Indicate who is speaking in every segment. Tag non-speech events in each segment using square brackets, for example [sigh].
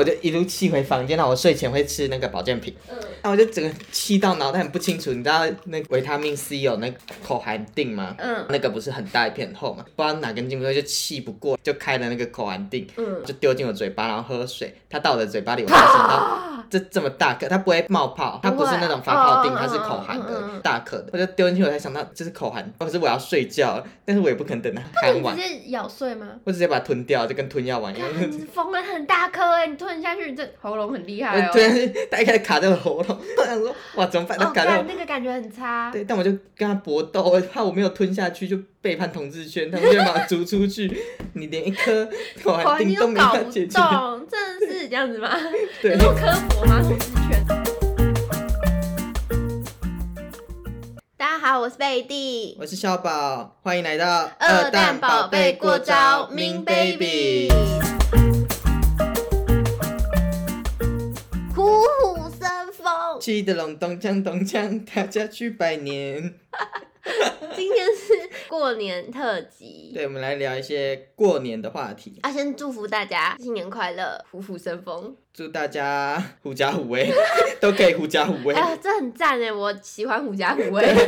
Speaker 1: 我就一路气回房间，然后我睡前会吃那个保健品，
Speaker 2: 嗯，
Speaker 1: 然后我就整个气到脑袋很不清楚。你知道那维他命 C 有那口含定吗？
Speaker 2: 嗯
Speaker 1: 那个不是很大一片厚嘛，不知道哪根筋不对，就气不过，就开了那个口含定，
Speaker 2: 嗯
Speaker 1: 就丢进我嘴巴，然后喝水，它到我的嘴巴里，
Speaker 2: [laughs]
Speaker 1: 我才知道。这这么大颗，它不会冒泡，它不是那种发泡
Speaker 2: 不
Speaker 1: 定，
Speaker 2: 会
Speaker 1: 它是口含
Speaker 2: 嗯嗯嗯嗯
Speaker 1: 的大颗的。我就丢进去，我才想到这是口含，可是我要睡觉了，但是我也不肯等它
Speaker 2: 那
Speaker 1: 含
Speaker 2: 你直 [laughs]
Speaker 1: 完，
Speaker 2: 接咬碎吗？
Speaker 1: 我直接把它吞掉，就跟吞药丸一样。
Speaker 2: 看，你缝了很大颗哎，你吞下去，你这喉咙很厉害
Speaker 1: 我
Speaker 2: 哦。
Speaker 1: 突然 [laughs] 间哎它一开始卡在我喉咙， [laughs] 我想说哇怎么办？它
Speaker 2: 哦，
Speaker 1: 卡在
Speaker 2: 干
Speaker 1: 我。
Speaker 2: 那个感觉很差。
Speaker 1: 对，但我就跟他搏斗，我怕我没有吞下去就背叛统治圈，他们就会把我逐出去。你连一颗
Speaker 2: [laughs]
Speaker 1: 口
Speaker 2: 口
Speaker 1: 含
Speaker 2: 含
Speaker 1: 定
Speaker 2: 都
Speaker 1: 没
Speaker 2: 搞
Speaker 1: 法
Speaker 2: 不
Speaker 1: 解决，
Speaker 2: 懂，真的是这样子吗？
Speaker 1: [laughs] 对
Speaker 2: [laughs] 有，那么刻薄吗？统治圈。大家好，我是贝蒂。
Speaker 1: 我是小宝，欢迎来到
Speaker 2: 二蛋宝贝过招
Speaker 1: Min
Speaker 2: ，Min Baby。虎虎生风，
Speaker 1: 记得隆咚锵咚锵，大家去拜年。
Speaker 2: 今天是过年特辑。
Speaker 1: 对，我们来聊一些过年的话题，
Speaker 2: 啊，先祝福大家新年快乐，虎虎生风。
Speaker 1: 祝大家狐假虎威， [laughs] 都可以狐假虎威
Speaker 2: 哎，呀，这很赞哎，我喜欢狐假
Speaker 1: [laughs]
Speaker 2: 虎威。欸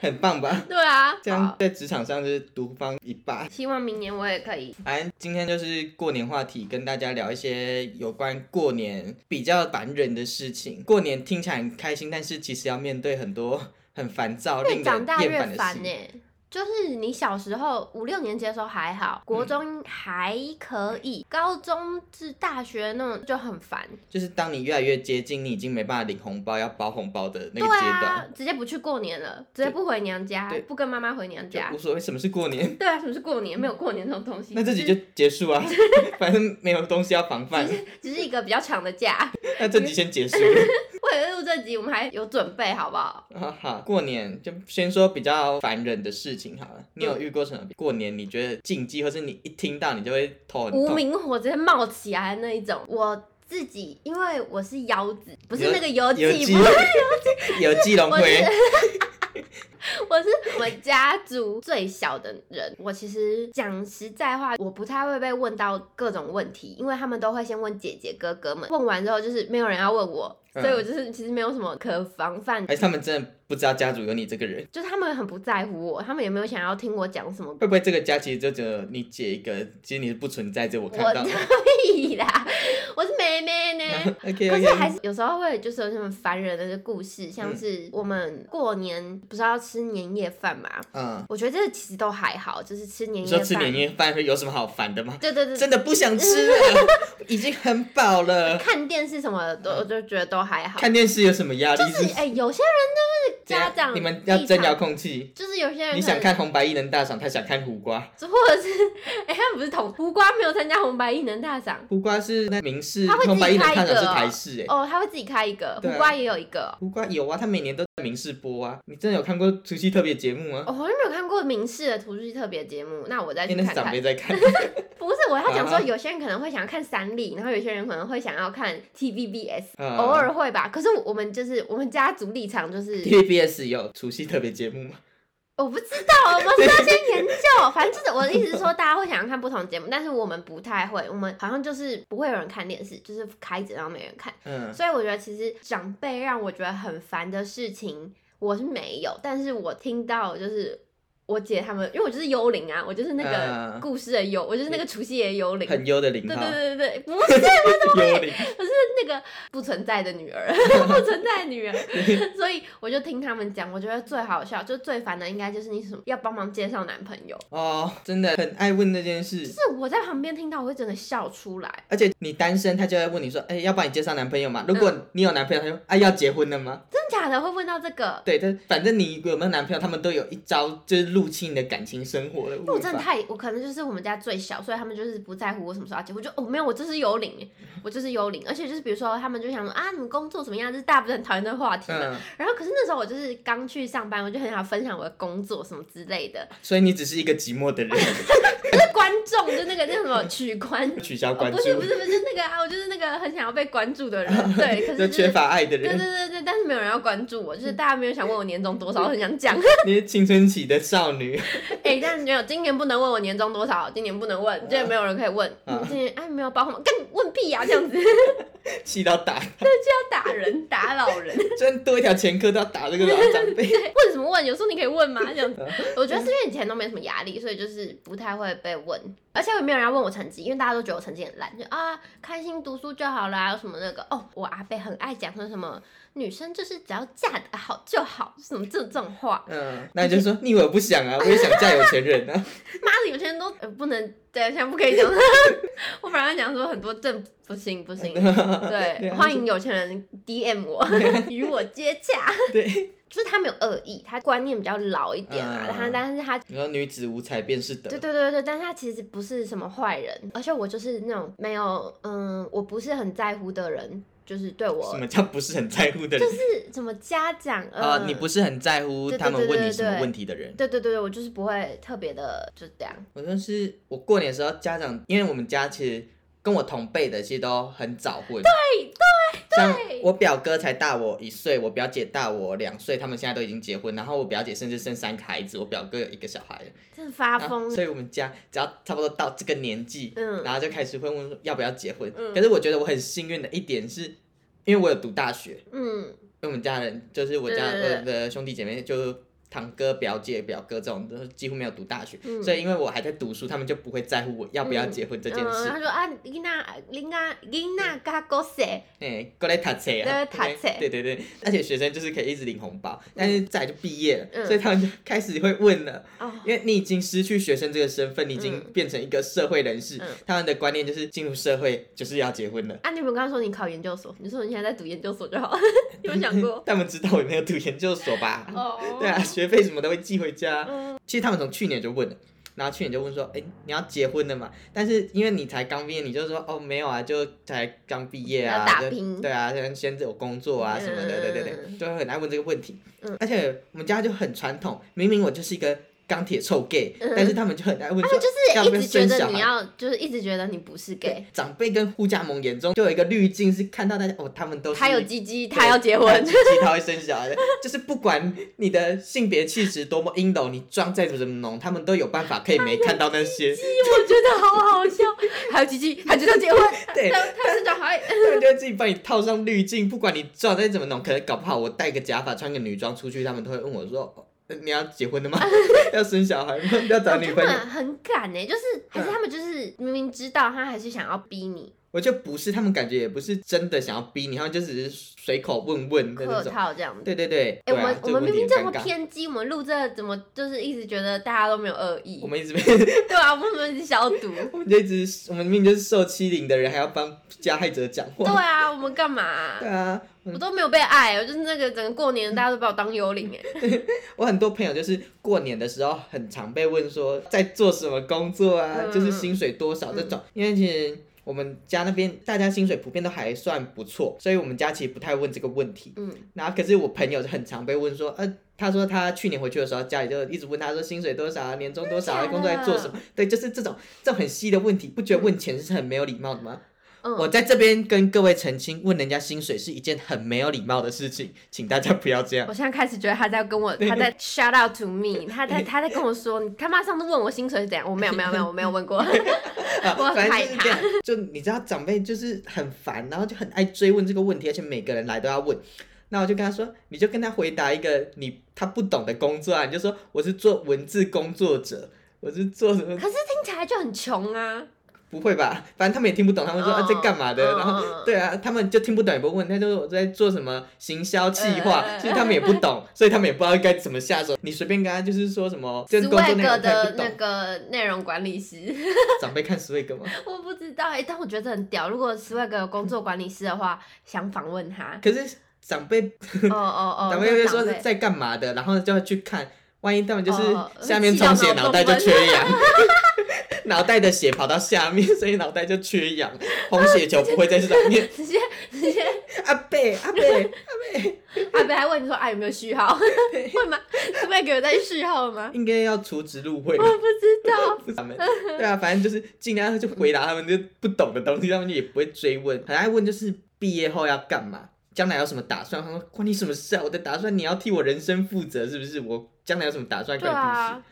Speaker 1: 很棒吧？
Speaker 2: 对啊，
Speaker 1: 这样
Speaker 2: 好，
Speaker 1: 在职场上就是独方一霸。
Speaker 2: 希望明年我也可以。
Speaker 1: 反正今天就是过年话题，跟大家聊一些有关过年比较烦人的事情。过年听起来很开心，但是其实要面对很多很烦躁、令人
Speaker 2: 越哎长大
Speaker 1: 厌
Speaker 2: 越
Speaker 1: 烦的
Speaker 2: 烦
Speaker 1: 事
Speaker 2: 欸呢、。就是你小时候五六年级的时候还好，
Speaker 1: 嗯
Speaker 2: 国中还可以，高中至大学那种就很烦。
Speaker 1: 就是当你越来越接近，你已经没办法领红包，要包红包的那
Speaker 2: 对
Speaker 1: 个阶
Speaker 2: 啊
Speaker 1: 段，，
Speaker 2: 直接不去过年了，直接不回娘家
Speaker 1: 对，
Speaker 2: 不跟妈妈回娘家
Speaker 1: 就无。所谓什么是过年。
Speaker 2: 对啊，什么是过年？没有过年这种东西。
Speaker 1: 那这集就
Speaker 2: 只
Speaker 1: 是结束
Speaker 2: [laughs]
Speaker 1: 啊，反正没有东西要防范，
Speaker 2: 只是一个比较长的假。
Speaker 1: 那这集先结束。
Speaker 2: 为了录这集，我们还有准备，好不好？
Speaker 1: 好好， [laughs] 过年就先说比较烦人的事情好了。你有遇过什么过年你觉得禁忌，或是你一听到你就会头很
Speaker 2: 无
Speaker 1: 痛？
Speaker 2: 名火直接冒起来的那一种，我。自己，因为我是腰子，不是
Speaker 1: 有
Speaker 2: 那个油
Speaker 1: 有
Speaker 2: 剂，
Speaker 1: 记
Speaker 2: 不
Speaker 1: [laughs]
Speaker 2: 是
Speaker 1: 有记龙
Speaker 2: 我是
Speaker 1: 回，
Speaker 2: [laughs] 我是我们家族最小的人，我其实讲实在话，我不太会被问到各种问题，因为他们都会先问姐姐哥哥们，问完之后就是没有人要问我，
Speaker 1: 嗯
Speaker 2: 所以我就是其实没有什么可防范，
Speaker 1: 还是他们真的不知道家族有你这个人？
Speaker 2: 就是他们很不在乎我，他们也没有想要听我讲什么。
Speaker 1: 会不会这个家其实就只有你姐一个，其实你是不存在，这我
Speaker 2: 我
Speaker 1: 看到。
Speaker 2: 屁啦， [laughs] 我是妹妹
Speaker 1: [laughs]
Speaker 2: 呢。
Speaker 1: OK
Speaker 2: 可是还
Speaker 1: OK，
Speaker 2: 是有时候会就是有那种烦人的故事，像
Speaker 1: 嗯
Speaker 2: 是我们过年不是要吃年夜饭嘛？
Speaker 1: 嗯，
Speaker 2: 我觉得这其实都还好，就是吃年
Speaker 1: 你说
Speaker 2: 夜饭。
Speaker 1: 吃年夜饭会有什么好烦的吗？
Speaker 2: 对对对，
Speaker 1: 真的不想吃了， [laughs] 已经很饱了。
Speaker 2: 看电视什么的都，我就觉得都还好。
Speaker 1: 嗯看电视有什么压力？
Speaker 2: 就是哎、有些人就是
Speaker 1: 怎样
Speaker 2: 家长
Speaker 1: 你们要
Speaker 2: 立
Speaker 1: 争
Speaker 2: 场
Speaker 1: 遥控器。
Speaker 2: 就是有些人
Speaker 1: 你
Speaker 2: 可
Speaker 1: 想
Speaker 2: 能，
Speaker 1: 看红白艺人大赏，他想看胡瓜。
Speaker 2: 或者是 [laughs] 哎、他们不是同胡瓜没有参加红白艺能大赏
Speaker 1: 胡瓜是那明视，
Speaker 2: 他会自己
Speaker 1: 红白艺人
Speaker 2: 开一
Speaker 1: 大
Speaker 2: 个
Speaker 1: 赏是台视哎、
Speaker 2: 哦，他会自己开一个，
Speaker 1: 对啊
Speaker 2: 胡瓜也有一个。
Speaker 1: 胡瓜有啊，他每年都在明视播啊。你真的有看过除夕特别节目吗？
Speaker 2: 哦我好像没有看过明视的图书特别节目，那我再
Speaker 1: 因
Speaker 2: 去
Speaker 1: 为那是
Speaker 2: 看
Speaker 1: 长
Speaker 2: 看
Speaker 1: 辈。在
Speaker 2: [laughs]
Speaker 1: 看。
Speaker 2: 不是，我要讲说，
Speaker 1: 啊
Speaker 2: 有些人可能会想要看三立，然后有些人可能会想要看 TVBS，、
Speaker 1: 嗯
Speaker 2: 偶尔会吧。可是我们就是我们家族立场就是，
Speaker 1: [laughs] TVBS 有除夕特别节目吗？
Speaker 2: 我不知道，我们是要先研究。 [laughs] 反正就是我的意思是说，大家会想要看不同节目，但是我们不太会，我们好像就是不会有人看电视，就是开着然后没人看。
Speaker 1: 嗯，
Speaker 2: 所以我觉得其实长辈让我觉得很烦的事情，我是没有，但是我听到就是。我姐他们，因为我就是幽灵啊，我就是那个
Speaker 1: 嗯
Speaker 2: 故事的幽，我就是那个除夕夜幽灵。
Speaker 1: 很优的零
Speaker 2: 对
Speaker 1: 号，
Speaker 2: 对对对对，不是
Speaker 1: 幽灵。
Speaker 2: 我是那个不存在的女儿， [laughs] 不存在的女儿，所以我就听他们讲，我觉得最好笑，就最烦的应该就是你什么要帮忙介绍男朋友，
Speaker 1: 哦，真的很爱问那件事。
Speaker 2: 是我在旁边听到我会整个笑出来，
Speaker 1: 而且你单身，他就会问你说：“哎、要帮你介绍男朋友吗？”如
Speaker 2: 嗯
Speaker 1: 果你有男朋友，他就啊要结婚了吗？
Speaker 2: 真假的会问到这个，
Speaker 1: 对，但反正你有没有男朋友，他们都有一招就是入侵你的感情生活的
Speaker 2: 因为我
Speaker 1: 问
Speaker 2: 真的
Speaker 1: 法。
Speaker 2: 太，我可能就是我们家最小，所以他们就是不在乎我什么时候要结婚，就哦没有，我就是幽灵，我就是幽灵，而且就是比如说他们就想说啊你工作怎么样，就是大家不是很讨厌这个话题嘛，
Speaker 1: 嗯，
Speaker 2: 然后可是那时候我就是刚去上班，我就很想分享我的工作什么之类的，
Speaker 1: 所以你只是一个寂寞
Speaker 2: [laughs]
Speaker 1: 的人，
Speaker 2: 可是观众就那个那什么取关。
Speaker 1: 取消
Speaker 2: 哦
Speaker 1: 关注，
Speaker 2: 哦不是不是不是那个啊，我就是那个很想要被关注的人，对，可是、 [laughs]
Speaker 1: 就缺。乏爱的
Speaker 2: 对对
Speaker 1: 人。嗯
Speaker 2: 对对，但是没有人要关关注我，就是大家没有想问我年终多少，我很
Speaker 1: [laughs]
Speaker 2: 想讲。
Speaker 1: 你是青春期的少女，
Speaker 2: 哎、但没有，今年不能问我年终多少，今年不能
Speaker 1: 嗯
Speaker 2: 问，这没有人可以问。
Speaker 1: 啊
Speaker 2: 嗯、今年哎没有包红包，干问屁呀、这样子 [laughs]
Speaker 1: 气到打他，
Speaker 2: 要打人打老人，
Speaker 1: 真多一条前科都要打这个老长
Speaker 2: [laughs]
Speaker 1: 辈。
Speaker 2: 问什么问？有时候你可以问吗？这样子，我觉得是因为以前都没什么压力，所以就是不太会被问，而且也没有人要问我成绩，因为大家都觉得我成绩很烂，就啊开心读书就好啦，有什么那个哦，我阿贝很爱讲说什么女生就是只要嫁得好就好，什么这这种话，
Speaker 1: 嗯，那你就说你以为我不想啊，我也想嫁有钱人
Speaker 2: [laughs]
Speaker 1: 啊。
Speaker 2: 妈的，有些人都、呃、不能对，现在不可以讲，我反而讲说很多正不行不行，对，欢迎有钱人 DM 我与我接洽，
Speaker 1: 对，
Speaker 2: 就是他没有恶意，他观念比较老一点啊，
Speaker 1: 嗯
Speaker 2: 他但是他
Speaker 1: 你说女子无才便是德
Speaker 2: 对，对对对，但是他其实不是什么坏人，而且我就是那种没有，嗯，我不是很在乎的人，就是对
Speaker 1: 什
Speaker 2: 我
Speaker 1: 么叫不是很在乎的人？
Speaker 2: 是什么家长呃、
Speaker 1: 啊，你不是很在乎
Speaker 2: 对对
Speaker 1: 他们问
Speaker 2: 对
Speaker 1: 你
Speaker 2: 对
Speaker 1: 什么
Speaker 2: 对
Speaker 1: 问题的人。
Speaker 2: 对对对对，我就是不会特别的就这样，
Speaker 1: 我就是我过年的时候，家长因为我们家其实跟我同辈的其实都很早婚，对对像我表哥才大我一岁，我表姐大我两岁，他们现在都已经结婚，然后我表姐甚至生三个孩子，我表哥有一个小孩，
Speaker 2: 真的发
Speaker 1: 然
Speaker 2: 疯
Speaker 1: 啊后，所以我们家只要差不多到这个年纪，
Speaker 2: 嗯
Speaker 1: 然后就开始会问说要不要结婚。
Speaker 2: 嗯
Speaker 1: 可是我觉得我很幸运的一点是，因为我有读大学，
Speaker 2: 嗯，
Speaker 1: 因为我们家人就是我家
Speaker 2: 对对对
Speaker 1: 我的兄弟姐妹，就是堂哥、表姐、表哥这种，都几乎没有读大学，
Speaker 2: 嗯
Speaker 1: 所以因为我还在读书，他们就不会在乎我要不要结婚这件
Speaker 2: 嗯，
Speaker 1: 事。
Speaker 2: 他说啊，琳娜琳娜琳娜嘎狗谁？
Speaker 1: 哎、过来读册啊，
Speaker 2: 对读册
Speaker 1: 对对对，而且学生就是可以一直领红包，但是再来就毕业了，
Speaker 2: 嗯
Speaker 1: 所以他们就开始会问了，
Speaker 2: 哦，
Speaker 1: 因为你已经失去学生这个身份，你已经
Speaker 2: 嗯
Speaker 1: 变成一个社会人士，
Speaker 2: 嗯
Speaker 1: 他们的观念就是进入社会就是要结婚了。
Speaker 2: 啊，你有没有跟他说你考研究所？你说你现在在读研究所就好， [laughs] 有没有想过？
Speaker 1: [laughs] 他们知道我没有读研究所吧？
Speaker 2: 哦
Speaker 1: 对啊，，学费什么都会寄回家。
Speaker 2: 嗯
Speaker 1: 其实他们从去年就问了，然后去年就问说，哎、你要结婚了嘛？但是因为你才刚毕业，你就说哦没有啊，就才刚毕业啊，
Speaker 2: 要打
Speaker 1: 就
Speaker 2: 拼
Speaker 1: 对啊，先先有工作啊什么的，对对对，
Speaker 2: 嗯
Speaker 1: 就会很爱问这个问题。
Speaker 2: 嗯
Speaker 1: 而且我们家就很传统，明明我就是一个钢铁臭 gay，、
Speaker 2: 嗯
Speaker 1: 但是他们就很爱问
Speaker 2: 他
Speaker 1: 说
Speaker 2: 们就
Speaker 1: 要
Speaker 2: 是
Speaker 1: 不要
Speaker 2: 一直觉
Speaker 1: 生小
Speaker 2: 得
Speaker 1: 孩
Speaker 2: 你要，就是一直觉得你不是 gay，
Speaker 1: 对哎长辈跟互加盟眼中就有一个滤镜，是看到大家哦，他们都是
Speaker 2: 他有鸡鸡，他要结
Speaker 1: 他有 [laughs]
Speaker 2: 婚
Speaker 1: 鸡。鸡他会生小孩的，就是不管你的性别气质多么阴柔，你妆再怎么浓，他们都有办法可以没看到那
Speaker 2: [laughs]
Speaker 1: 些。
Speaker 2: 我觉得好好笑，还有琪琪， [laughs] 还知道结婚，
Speaker 1: 对
Speaker 2: 他他是小孩，
Speaker 1: 他们就会自己帮你套上滤镜，不管你妆再怎么浓，可能搞不好我戴个假发，穿个女装出去，他们都会问我说：“呃你要结婚了吗？ [laughs] 要生小孩吗？ [laughs] 要找女
Speaker 2: 他
Speaker 1: 朋友
Speaker 2: 们很敢呢、就是还是他们就是明明知道他还是想要逼你？”
Speaker 1: 我就不是，他们感觉也不是真的想要逼你，他们就只是随口问问的那
Speaker 2: 客
Speaker 1: 种。
Speaker 2: 套这样子。
Speaker 1: 对对对，
Speaker 2: 哎、
Speaker 1: 对
Speaker 2: 我
Speaker 1: 啊
Speaker 2: 们我
Speaker 1: 个
Speaker 2: 们
Speaker 1: 问题
Speaker 2: 明明
Speaker 1: 很
Speaker 2: 这么
Speaker 1: 尴尬，
Speaker 2: 偏激，我们录这怎么就是一直觉得大家都没有恶
Speaker 1: [laughs]
Speaker 2: 意
Speaker 1: 我？们一直被
Speaker 2: 对啊，我们怎么一直
Speaker 1: [laughs]
Speaker 2: 消毒？
Speaker 1: 我们就一直，我们明明就是受欺凌的人，还要帮加害者讲
Speaker 2: 对
Speaker 1: 话。
Speaker 2: 啊，我们干嘛、
Speaker 1: 对啊，我
Speaker 2: 我都没有被爱，我就是那个整个过年大家都把我当幽灵哎、
Speaker 1: 我很多朋友就是过年的时候很常被问说在做什么工作啊，
Speaker 2: 嗯
Speaker 1: 就是薪水多少这种，因为其实。我们家那边大家薪水普遍都还算不错，所以我们家其实不太问这个问题。
Speaker 2: 嗯，
Speaker 1: 然后可是我朋友很常被问说，呃，他说他去年回去的时候，家里就一直问他说薪水多少啊，年终多少啊，
Speaker 2: 真
Speaker 1: 工
Speaker 2: 的假的
Speaker 1: 作在做什么？对，就是这种这种很细的问题，不觉得问钱是很没有礼貌的吗？
Speaker 2: 嗯
Speaker 1: 我在这边跟各位澄清，问人家薪水是一件很没有礼貌的事情，请大家不要这样。
Speaker 2: 我现在开始觉得他在跟我，他在 shout out to me，他在他在跟我说，你他妈上次问我薪水是怎样，我没有没有没有我没有问
Speaker 1: [laughs]
Speaker 2: 过，
Speaker 1: 啊
Speaker 2: [laughs] 我很
Speaker 1: 反正
Speaker 2: 害
Speaker 1: 就是这样。就你知道，长辈就是很烦，然后就很爱追问这个问题，而且每个人来都要问。那我就跟他说，你就跟他回答一个你他不懂的工作啊，你就说我是做文字工作者，我是做什么？
Speaker 2: 可是听起来就很穷啊。
Speaker 1: 不会吧？反正他们也听不懂，他们说、
Speaker 2: 哦
Speaker 1: 啊在干嘛的，
Speaker 2: 嗯
Speaker 1: 然后。
Speaker 2: 嗯
Speaker 1: 对啊，他们就听不懂也不问，他就说我在做什么行销计划
Speaker 2: 嗯嗯，嗯
Speaker 1: 其实他们也不懂，所以他们也不知道该怎么下手。你随便跟他就是说什么，这
Speaker 2: 嗯
Speaker 1: 个工作内容
Speaker 2: Swag
Speaker 1: 他也
Speaker 2: 的
Speaker 1: 不
Speaker 2: 那
Speaker 1: 懂，
Speaker 2: 个内容管理师， [laughs]
Speaker 1: 长辈看 swag 吗？。
Speaker 2: 我不知道哎、但我觉得很屌。如果 Swag 有工作管理师的话，想访问
Speaker 1: [laughs]
Speaker 2: 他
Speaker 1: 可是长辈
Speaker 2: 哦哦哦，
Speaker 1: 长辈会说是
Speaker 2: 那长辈
Speaker 1: 在干嘛的，然后就要去看，万一他们就是
Speaker 2: 哦
Speaker 1: 下面充血，脑袋就缺氧，
Speaker 2: [laughs]
Speaker 1: [laughs] 脑袋的血跑到下面，所以脑袋就缺
Speaker 2: [laughs] 啊
Speaker 1: 氧，红血球不会在上面。
Speaker 2: 直接直接
Speaker 1: [laughs] 阿贝阿贝，
Speaker 2: 阿北还问你说啊有没有序号，会吗？Swag 有在序号
Speaker 1: [laughs]
Speaker 2: 吗？
Speaker 1: 应该要除职入会
Speaker 2: 我
Speaker 1: 吧。
Speaker 2: 不知
Speaker 1: [laughs]
Speaker 2: 道。
Speaker 1: 他们对啊，反正就是尽量就回答他们就不懂的东西，他们就也不会追问，很爱问就是毕业后要干嘛。将来有什么打算？他说关你什么事啊？我的打算你要替我人生负责，是不是？我将来有什么打算
Speaker 2: 对
Speaker 1: 关你屁事？
Speaker 2: 啊，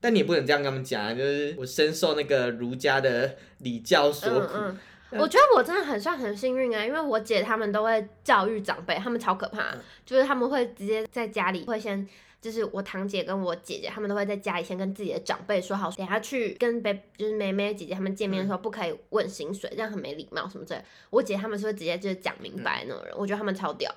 Speaker 1: 但你也不能这样跟他们讲啊，就是我深受那个儒家的礼教所
Speaker 2: 嗯
Speaker 1: 苦，
Speaker 2: 嗯。
Speaker 1: 嗯
Speaker 2: 我觉得我真的很算很幸运啊，因为我姐他们都会教育长辈，他们超可怕，
Speaker 1: 嗯
Speaker 2: 就是他们会直接在家里会先，就是我堂姐跟我姐姐，他们都会在家里先跟自己的长辈说好，等下去跟北就是妹妹姐姐他们见面的时候
Speaker 1: 嗯
Speaker 2: 不可以问薪水，这样很没礼貌什么之类的。我姐他们是会直接就是讲明白那种人，我觉得他们超屌。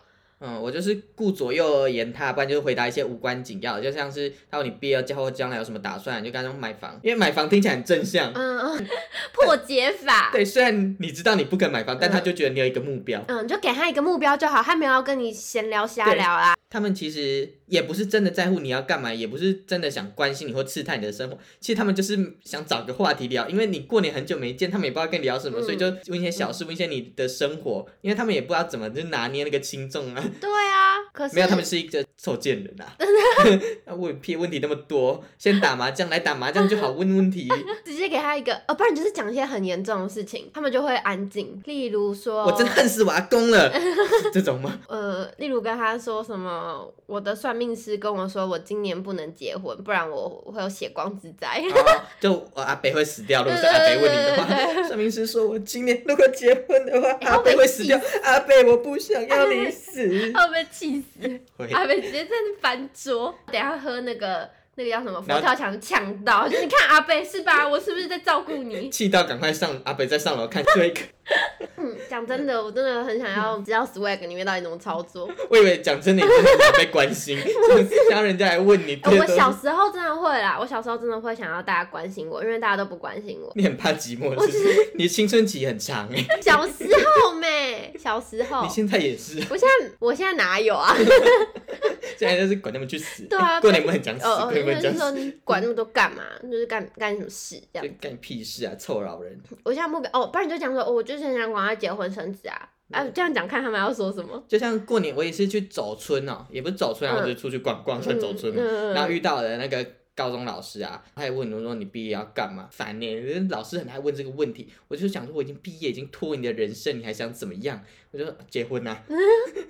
Speaker 1: 嗯，我就是顾左右而言他，不然就是回答一些无关紧要的，就像是他问你毕业后将来有什么打算，你就跟他说买房，因为买房听起来很正
Speaker 2: [laughs]
Speaker 1: 向。
Speaker 2: 嗯，嗯破解法。
Speaker 1: 对，虽然你知道你不肯买房，但他就觉得你有一个目标。
Speaker 2: 嗯，就给他一个目标就好，他没有要跟你闲聊瞎
Speaker 1: 对
Speaker 2: 聊啊啦。
Speaker 1: 他们其实也不是真的在乎你要干嘛，也不是真的想关心你或刺探你的生活，其实他们就是想找个话题聊，因为你过年很久没见，他们也不知道跟你聊什么，
Speaker 2: 嗯
Speaker 1: 所以就问一些小事，问一些你的生活，因为他们也不知道怎么就拿捏那个轻重啊。
Speaker 2: 对啊，可是
Speaker 1: [laughs] 没有，他们是一个臭贱人
Speaker 2: [laughs]
Speaker 1: 啊！要问屁问题那么多，先打麻将来打麻将就好，问问
Speaker 2: [laughs]
Speaker 1: 题。
Speaker 2: 直接给他一个，哦，不然就是讲一些很严重的事情，他们就会安静。例如说，
Speaker 1: 我真恨死我阿公了，
Speaker 2: 哦
Speaker 1: 是这种
Speaker 2: [laughs]
Speaker 1: 吗？
Speaker 2: 呃，例如跟他说什么，我的算命师跟我说，我今年不能结婚，不然我会有血光之灾。
Speaker 1: [laughs] 哦就我阿北会死掉。如果
Speaker 2: 呃
Speaker 1: 是阿北问你的
Speaker 2: 对
Speaker 1: 话，算命师说我今年如果结婚的话，
Speaker 2: 呃哎
Speaker 1: 阿北会
Speaker 2: 好悲
Speaker 1: 死掉。阿北，我不想要你
Speaker 2: [laughs]
Speaker 1: 死。
Speaker 2: 他会被
Speaker 1: [laughs]
Speaker 2: 气死，
Speaker 1: 会
Speaker 2: 他被直接在那翻桌。等一下喝那个那个叫什么
Speaker 1: 然
Speaker 2: 佛
Speaker 1: 后
Speaker 2: 跳墙呛到，就你看阿贝是吧？我是不是在照顾
Speaker 1: [laughs]
Speaker 2: 你？
Speaker 1: 气到赶快上阿北再上楼看最后一个。
Speaker 2: 嗯，讲真的，我真的很想要知道 swag 里面到底怎么操作。
Speaker 1: 我以为讲真的，你真的想被关心， [laughs] 就是想要人家来问你。这
Speaker 2: 呃
Speaker 1: 些
Speaker 2: [laughs] 我
Speaker 1: 东
Speaker 2: 小
Speaker 1: 西，
Speaker 2: 时候真的会啦，我小时候真的会想要大家关心我，因为大家都不关心我。
Speaker 1: [laughs] 你很怕寂寞，是不是？你青春期很长哎，
Speaker 2: 小时候咩，小时候
Speaker 1: 你，现在也是。
Speaker 2: 我现在我现在哪
Speaker 1: [laughs]
Speaker 2: 有啊？
Speaker 1: 现在就是管他们去死。
Speaker 2: 对啊
Speaker 1: 过年不能讲死，
Speaker 2: 哦
Speaker 1: 过
Speaker 2: 哦，
Speaker 1: 年不
Speaker 2: 就
Speaker 1: 能讲
Speaker 2: 是说
Speaker 1: 死，
Speaker 2: 你管那么多干嘛？就是干干什么事这
Speaker 1: 就
Speaker 2: 样？
Speaker 1: 干你屁事啊，臭老人！
Speaker 2: 我现在目标哦，不然你就讲说，哦，我就是很想管他结婚生子啊。啊，
Speaker 1: 嗯
Speaker 2: 这样讲看他们要说什么？
Speaker 1: 就像过年，我也是去走村哦，也不是走村啊，
Speaker 2: 嗯
Speaker 1: 我就是出去逛逛算走村嘛。
Speaker 2: 嗯
Speaker 1: 然后遇到了那个高中老师啊，他也问我说你毕业要干嘛？烦呢、老师很爱问这个问题，我就想说我已经毕业，已经脱离你的人生，你还想怎么样？我就说结婚啊，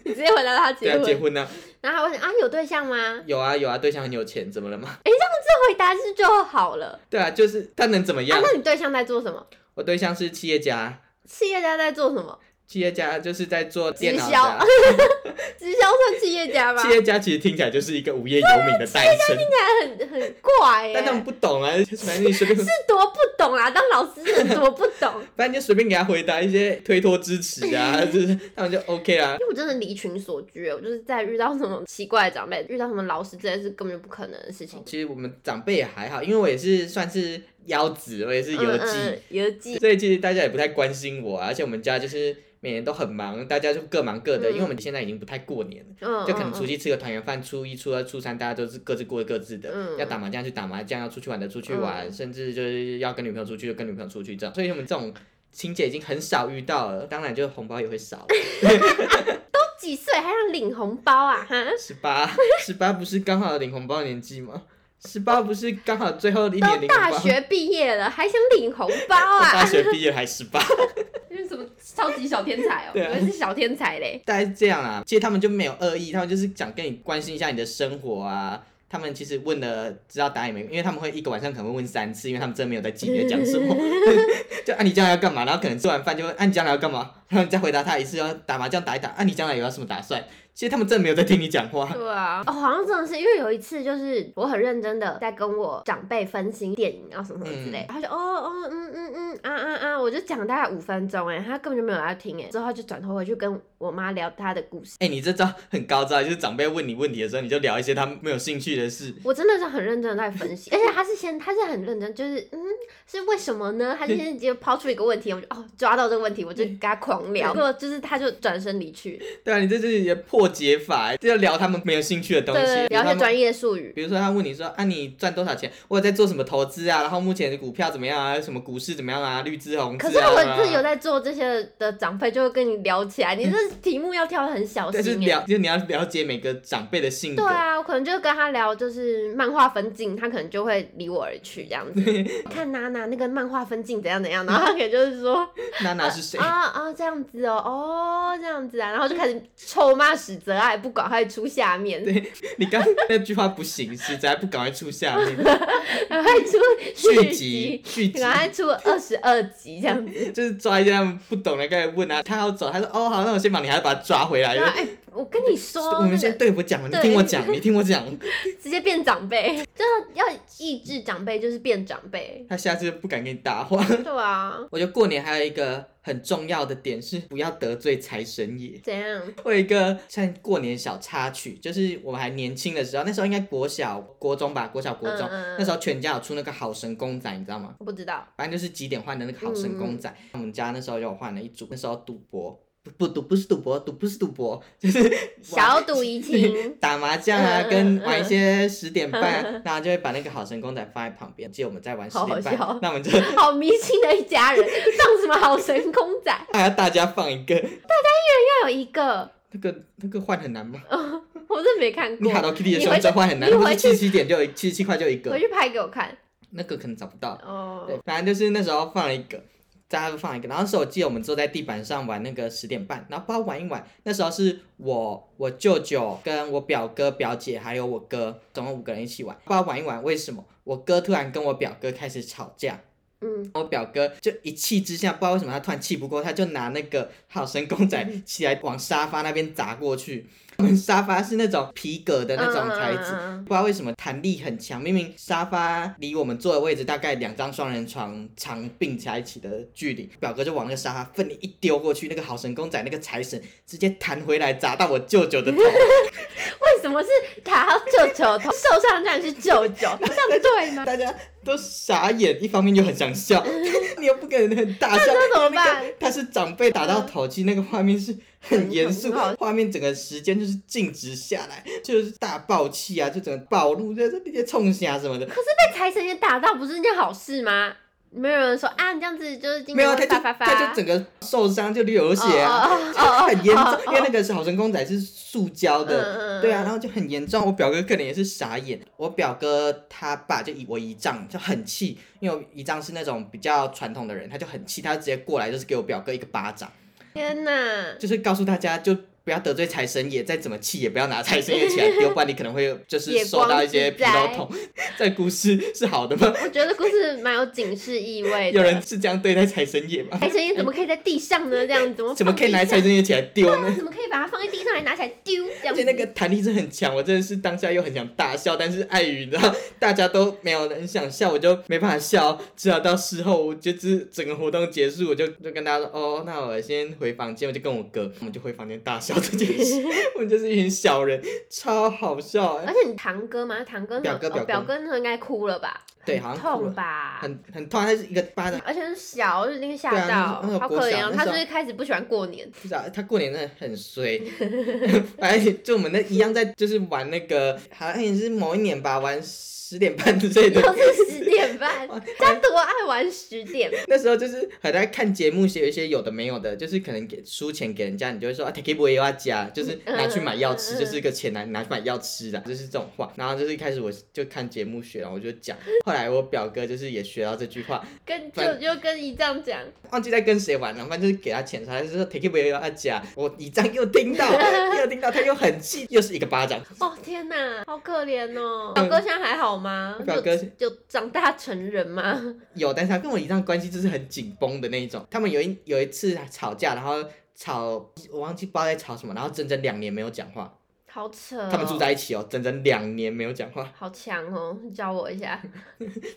Speaker 2: 你 [laughs] 直接回答他
Speaker 1: 对
Speaker 2: 结
Speaker 1: 啊，
Speaker 2: 婚，
Speaker 1: 结婚啊，
Speaker 2: 然后我想啊，有对象吗？
Speaker 1: 有啊有啊，对象很有钱，怎么了嘛？
Speaker 2: 这回答是就好了。
Speaker 1: [laughs] 对啊，就是他能怎么
Speaker 2: 啊
Speaker 1: 样，？
Speaker 2: 那你对象在做什么？
Speaker 1: 我对象是企业家，
Speaker 2: 企业家在做什么？
Speaker 1: 企业家就是在做电
Speaker 2: 直
Speaker 1: 脑
Speaker 2: 销
Speaker 1: 的啊、
Speaker 2: 直销算企业家吗？
Speaker 1: 企业家其实听起来就是一个无业游民的代称，
Speaker 2: 听起来很很怪耶、
Speaker 1: 但他们不懂啊，反正你
Speaker 2: [laughs]
Speaker 1: 随便，
Speaker 2: 是多不懂啊！当老师是多不懂，
Speaker 1: 反正就随便给他回答一些推脱支持
Speaker 2: [laughs]
Speaker 1: 啊，就是他们就 OK 啦。
Speaker 2: 因为我真的离群所居，我就是在遇到什么奇怪的长辈，遇到什么老师，这些是根本就不可能的事情。
Speaker 1: 其实我们长辈也还好，因为我也是算是腰子，我也哦是游记，
Speaker 2: 嗯嗯游记，
Speaker 1: 所以其实大家也不太关心我啊、而且我们家就是每年都很忙，大家就各忙各的，
Speaker 2: 嗯
Speaker 1: 因为我们现在已经不太过年了。
Speaker 2: 嗯，
Speaker 1: 就可能除
Speaker 2: 去。
Speaker 1: 夕吃个团圆饭，初一、初二、初三，大家都是各自过各自的。
Speaker 2: 嗯
Speaker 1: 要打麻将去打麻将，要出去玩的出去玩，
Speaker 2: 嗯
Speaker 1: 甚至就是要跟女朋友出去就跟女朋友出去这样。所以我们这种情节已经很少遇到了，当然就红包也会少。
Speaker 2: 都几岁还想领红包啊？哈，
Speaker 1: 十八，十八不是刚好领红包的年纪吗？十八不是刚好最后一年
Speaker 2: 都
Speaker 1: 领红
Speaker 2: 大
Speaker 1: 包？
Speaker 2: 学毕业了还想领红包
Speaker 1: [laughs] 我大
Speaker 2: 啊？
Speaker 1: 学毕业还十八，
Speaker 2: 你是什么超级小天才哦、
Speaker 1: 对啊
Speaker 2: 你们是小天
Speaker 1: [laughs]
Speaker 2: 才嘞。
Speaker 1: 大概是这样啦。其实他们就没有恶意，他们就是想跟你关心一下你的生活啊。他们其实问了，知道答案也没用，因为他们会一个晚上可能会问三次，因为他们真的没有在记你在讲什
Speaker 2: [laughs]
Speaker 1: 么。 [laughs] 就啊，你将来要干嘛？然后可能吃完饭就问啊，你将来要干嘛？然后你再回答他一次，要打麻将打一打。啊，你将来有要什么打算？其实他们真的没有在听你讲话。
Speaker 2: 对啊，哦，好像真的是，因为有一次就是我很认真的在跟我长辈分析电影啊什么什么之类，他就哦哦嗯嗯嗯啊啊啊，我就讲大概五分钟哎、他根本就没有要听哎、之后他就转头回去跟我妈聊他的故事，
Speaker 1: 哎、你这招很高招，就是长辈问你问题的时候，你就聊一些他没有兴趣的事。
Speaker 2: 我真的是很认真的在分
Speaker 1: [laughs]
Speaker 2: 析，而且他是先他是很认真，就是嗯是为什么呢？他就先直接抛出一个问题，我就哦抓到这个问题，我就跟他狂聊，结果就是他就转身离去，
Speaker 1: 对啊，你这就是你的破解法，就要聊他们没有兴趣的东
Speaker 2: 对
Speaker 1: 西。
Speaker 2: 对，对聊
Speaker 1: 他
Speaker 2: 一些
Speaker 1: 们
Speaker 2: 专业术语，
Speaker 1: 比如说他问你说啊，你赚多少钱？我有在做什么投资啊？然后目前的股票怎么样啊？什么股市怎么样啊？绿字红字
Speaker 2: 可
Speaker 1: 啊？
Speaker 2: 是我自己有
Speaker 1: 在。
Speaker 2: 在做这些的长辈就会跟你聊
Speaker 1: [laughs]
Speaker 2: 起来，你这题目要挑的很小
Speaker 1: 但是
Speaker 2: 心耶。
Speaker 1: 了，就是你要了解每个长辈的性格
Speaker 2: 对。啊，我可能就跟他聊，就是漫画分镜，他可能就会离我而去这样子。看娜娜那个漫画分镜怎样怎样，然后他可能就是说
Speaker 1: 娜娜是谁？
Speaker 2: 啊啊这样样子哦，哦，这样子啊，然后就开始臭骂史泽爱，不赶快出下面，
Speaker 1: 对你刚那句话不行，实在不赶快出下面
Speaker 2: 赶快出
Speaker 1: 续
Speaker 2: [laughs]
Speaker 1: 集
Speaker 2: 集，
Speaker 1: 续集，
Speaker 2: 赶快出二十二集这样子。
Speaker 1: 就是抓一些他们不懂的，该问啊，他要走，他说哦好，那我先忙，你还要把他抓回来，
Speaker 2: 对
Speaker 1: 因
Speaker 2: 啊，
Speaker 1: 为
Speaker 2: 哎、我跟你说，
Speaker 1: 我们
Speaker 2: 那
Speaker 1: 先
Speaker 2: 个
Speaker 1: 对不讲，你
Speaker 2: 对
Speaker 1: 听我讲，你听我讲，
Speaker 2: 直接变长辈，就是要抑制长辈，就是变长辈。
Speaker 1: 他下次就不敢跟你搭话。
Speaker 2: 对啊，
Speaker 1: 我觉得过年还有一个很重要的点是不要得罪财神爷。
Speaker 2: 怎样？
Speaker 1: 我有一个像过年小插曲，就是我们还年轻的时候，那时候应该国小、国中吧，国小、国中，
Speaker 2: 嗯嗯嗯
Speaker 1: 那时候全家有出那个好神公仔，你知道吗？
Speaker 2: 我不知道，
Speaker 1: 反正就是几点换的那个好神公
Speaker 2: 嗯
Speaker 1: 仔，我们家那时候有换了一组，那时候赌博。不不赌不是赌博，赌不是赌博，就是。
Speaker 2: 小赌怡情
Speaker 1: [laughs] 打麻将啊，
Speaker 2: 嗯嗯
Speaker 1: 跟
Speaker 2: 嗯
Speaker 1: 玩一些十点半、
Speaker 2: [laughs]
Speaker 1: 啊，然后就会把那个好神公仔放在旁边。记得我们在玩十
Speaker 2: 好
Speaker 1: 点
Speaker 2: 好
Speaker 1: 半，
Speaker 2: 笑
Speaker 1: 那我们就 [laughs]
Speaker 2: 好迷信的一家人，放什么好神公仔？
Speaker 1: 还要大家放一个，
Speaker 2: 要有一个，
Speaker 1: 那个那个换很难吗？
Speaker 2: 我真没看
Speaker 1: 你
Speaker 2: 过。
Speaker 1: Hello Kitty 的
Speaker 2: 你
Speaker 1: 胸
Speaker 2: 回去
Speaker 1: 针换很难，
Speaker 2: 你
Speaker 1: 不是
Speaker 2: 回
Speaker 1: 七
Speaker 2: 去
Speaker 1: 十七点就有七十七块就一个
Speaker 2: 回，去拍给我看。
Speaker 1: 那个可能找不到。
Speaker 2: 哦，
Speaker 1: 对，反正就是那时候放了一个，大家都放一个，然后是我记得我们坐在地板上玩那个十点半，然后不知道玩一玩，那时候是我我舅舅跟我表哥表姐还有我哥，总共五个人一起玩，不知道玩一玩为什么我哥突然跟我表哥开始吵架。
Speaker 2: 嗯，
Speaker 1: 我表哥就一气之下，不知道为什么他突然气不过，他就拿那个好神公仔起来往沙发那边砸过去。 [laughs] 我们沙发是那种皮革的那种材质，
Speaker 2: 嗯嗯嗯嗯
Speaker 1: 不知道为什么弹力很强。明明沙发离我们坐的位置大概两张双人床长并在一起的距离，表哥就往那个沙发奋力一丢过去，那个好神公仔那个财神直接弹回来砸到我舅舅的
Speaker 2: [laughs]
Speaker 1: 头。
Speaker 2: 为什么是打到舅舅头？受伤当然是舅
Speaker 1: [laughs]
Speaker 2: 舅，这样对吗？
Speaker 1: 大家都傻眼，一方面又很想笑，你又不给人很大笑，
Speaker 2: 那怎
Speaker 1: 那
Speaker 2: 么
Speaker 1: 个
Speaker 2: 办
Speaker 1: 他是长辈打到头，其实那个画面是很严肃
Speaker 2: 很好，
Speaker 1: 画面整个时间就是静止下来，就是大爆气啊，就整个暴露，就是那些冲下什么的，
Speaker 2: 被财神爷打到不是一件好事吗？没有人说啊，你这样子就是今
Speaker 1: 没
Speaker 2: 天
Speaker 1: 有，他
Speaker 2: 会
Speaker 1: 就
Speaker 2: 发发发，
Speaker 1: 他就整个受伤就流血啊，
Speaker 2: 哦
Speaker 1: 就
Speaker 2: 哦
Speaker 1: [laughs]
Speaker 2: 哦
Speaker 1: 很严
Speaker 2: 哦
Speaker 1: 重，因为那个是好神公仔是塑胶的，
Speaker 2: 嗯嗯
Speaker 1: 对啊，然后就很严重。我表哥可能也是傻眼，我表哥他爸就以我姨丈就很气，因为我姨丈是那种比较传统的人，他就很气，他就直接过来就是给我表哥一个巴掌，
Speaker 2: 嗯天哪！
Speaker 1: 就是告诉大家就。不要得罪财神爷，再怎么气也不要拿财神爷起来丢，不然你可能会就是
Speaker 2: 血
Speaker 1: 受
Speaker 2: 光
Speaker 1: 到一
Speaker 2: 之
Speaker 1: 些皮
Speaker 2: 灾
Speaker 1: 肉痛。这故事是好的吗？
Speaker 2: 我觉得故事蛮有警示意味的。
Speaker 1: 有人是这样对待财神爷
Speaker 2: [laughs]
Speaker 1: 吗？
Speaker 2: 财神爷怎么可以在地上呢？这样子怎么
Speaker 1: [laughs] 怎么
Speaker 2: 放
Speaker 1: 可以拿
Speaker 2: 地上
Speaker 1: 财神爷起来丢呢？
Speaker 2: 怎么可以把它放在地上还拿起来丢？这
Speaker 1: 而
Speaker 2: 样
Speaker 1: 且
Speaker 2: 子
Speaker 1: 那个弹力是很强，我真的是当下又很想大笑，但是碍于你知道大家都没有人想笑，我就没办法笑，只好到事后，我就只整个活动结束，我就就跟大家说，哦，那我先回房间，我就跟我哥，我们就回房间大笑这件事， [laughs] 我们就是一群小人，超好笑、哎
Speaker 2: 而且你堂哥吗？堂哥那
Speaker 1: 表哥表
Speaker 2: 哦
Speaker 1: 哥
Speaker 2: 表哥那时候应该哭了吧？
Speaker 1: 对
Speaker 2: 很
Speaker 1: 好像哭了
Speaker 2: 痛吧？
Speaker 1: 很很痛，他是一个巴掌，
Speaker 2: 而且是小，就那个吓
Speaker 1: 对啊
Speaker 2: 到，
Speaker 1: 那时候
Speaker 2: 好
Speaker 1: 国
Speaker 2: 可
Speaker 1: 小
Speaker 2: 怜哦。
Speaker 1: 那
Speaker 2: 他
Speaker 1: 时
Speaker 2: 是
Speaker 1: 候
Speaker 2: 不是开始不喜欢
Speaker 1: [laughs]
Speaker 2: 过年？
Speaker 1: 不知道他过年真的很衰， [laughs] 反正就我们那一样在就是玩那个，好像也是某一年吧，玩十点半之类的 [laughs]
Speaker 2: 又。是十点半，
Speaker 1: 玩
Speaker 2: 他多爱玩十点
Speaker 1: 那时候就是很爱看节目，写一些有的没有的，就是可能给输钱给人家，你就会说啊 t a k e b o y 要加，就是拿去买药吃，
Speaker 2: 嗯嗯嗯
Speaker 1: 就是一个钱拿拿去买药吃的，就是这种话。然后就是一开始我就看节目学，然后我就讲，后来我表哥就是也学到这句话，
Speaker 2: 跟
Speaker 1: 反
Speaker 2: 就就跟姨丈讲，
Speaker 1: 忘记在跟谁玩了，反正就是给他钱，他就说 t a k e b o y 要加，我一张又听
Speaker 2: [laughs]
Speaker 1: 到，又听到，他又很气，又是一个巴掌。
Speaker 2: 哦天哪，好可怜哦。表哥现在还好吗？
Speaker 1: 表嗯哥
Speaker 2: 就就长大成人吗？
Speaker 1: 有，但是他跟我一样关系就是很紧绷的那一种。他们有一有一次吵架，然后吵，我忘记不知道在吵什么，然后整整两年没有讲话。
Speaker 2: 好扯哦。
Speaker 1: 他们住在一起哦，整整两年没有讲话，
Speaker 2: 好强哦，教我一
Speaker 1: [laughs]
Speaker 2: 下。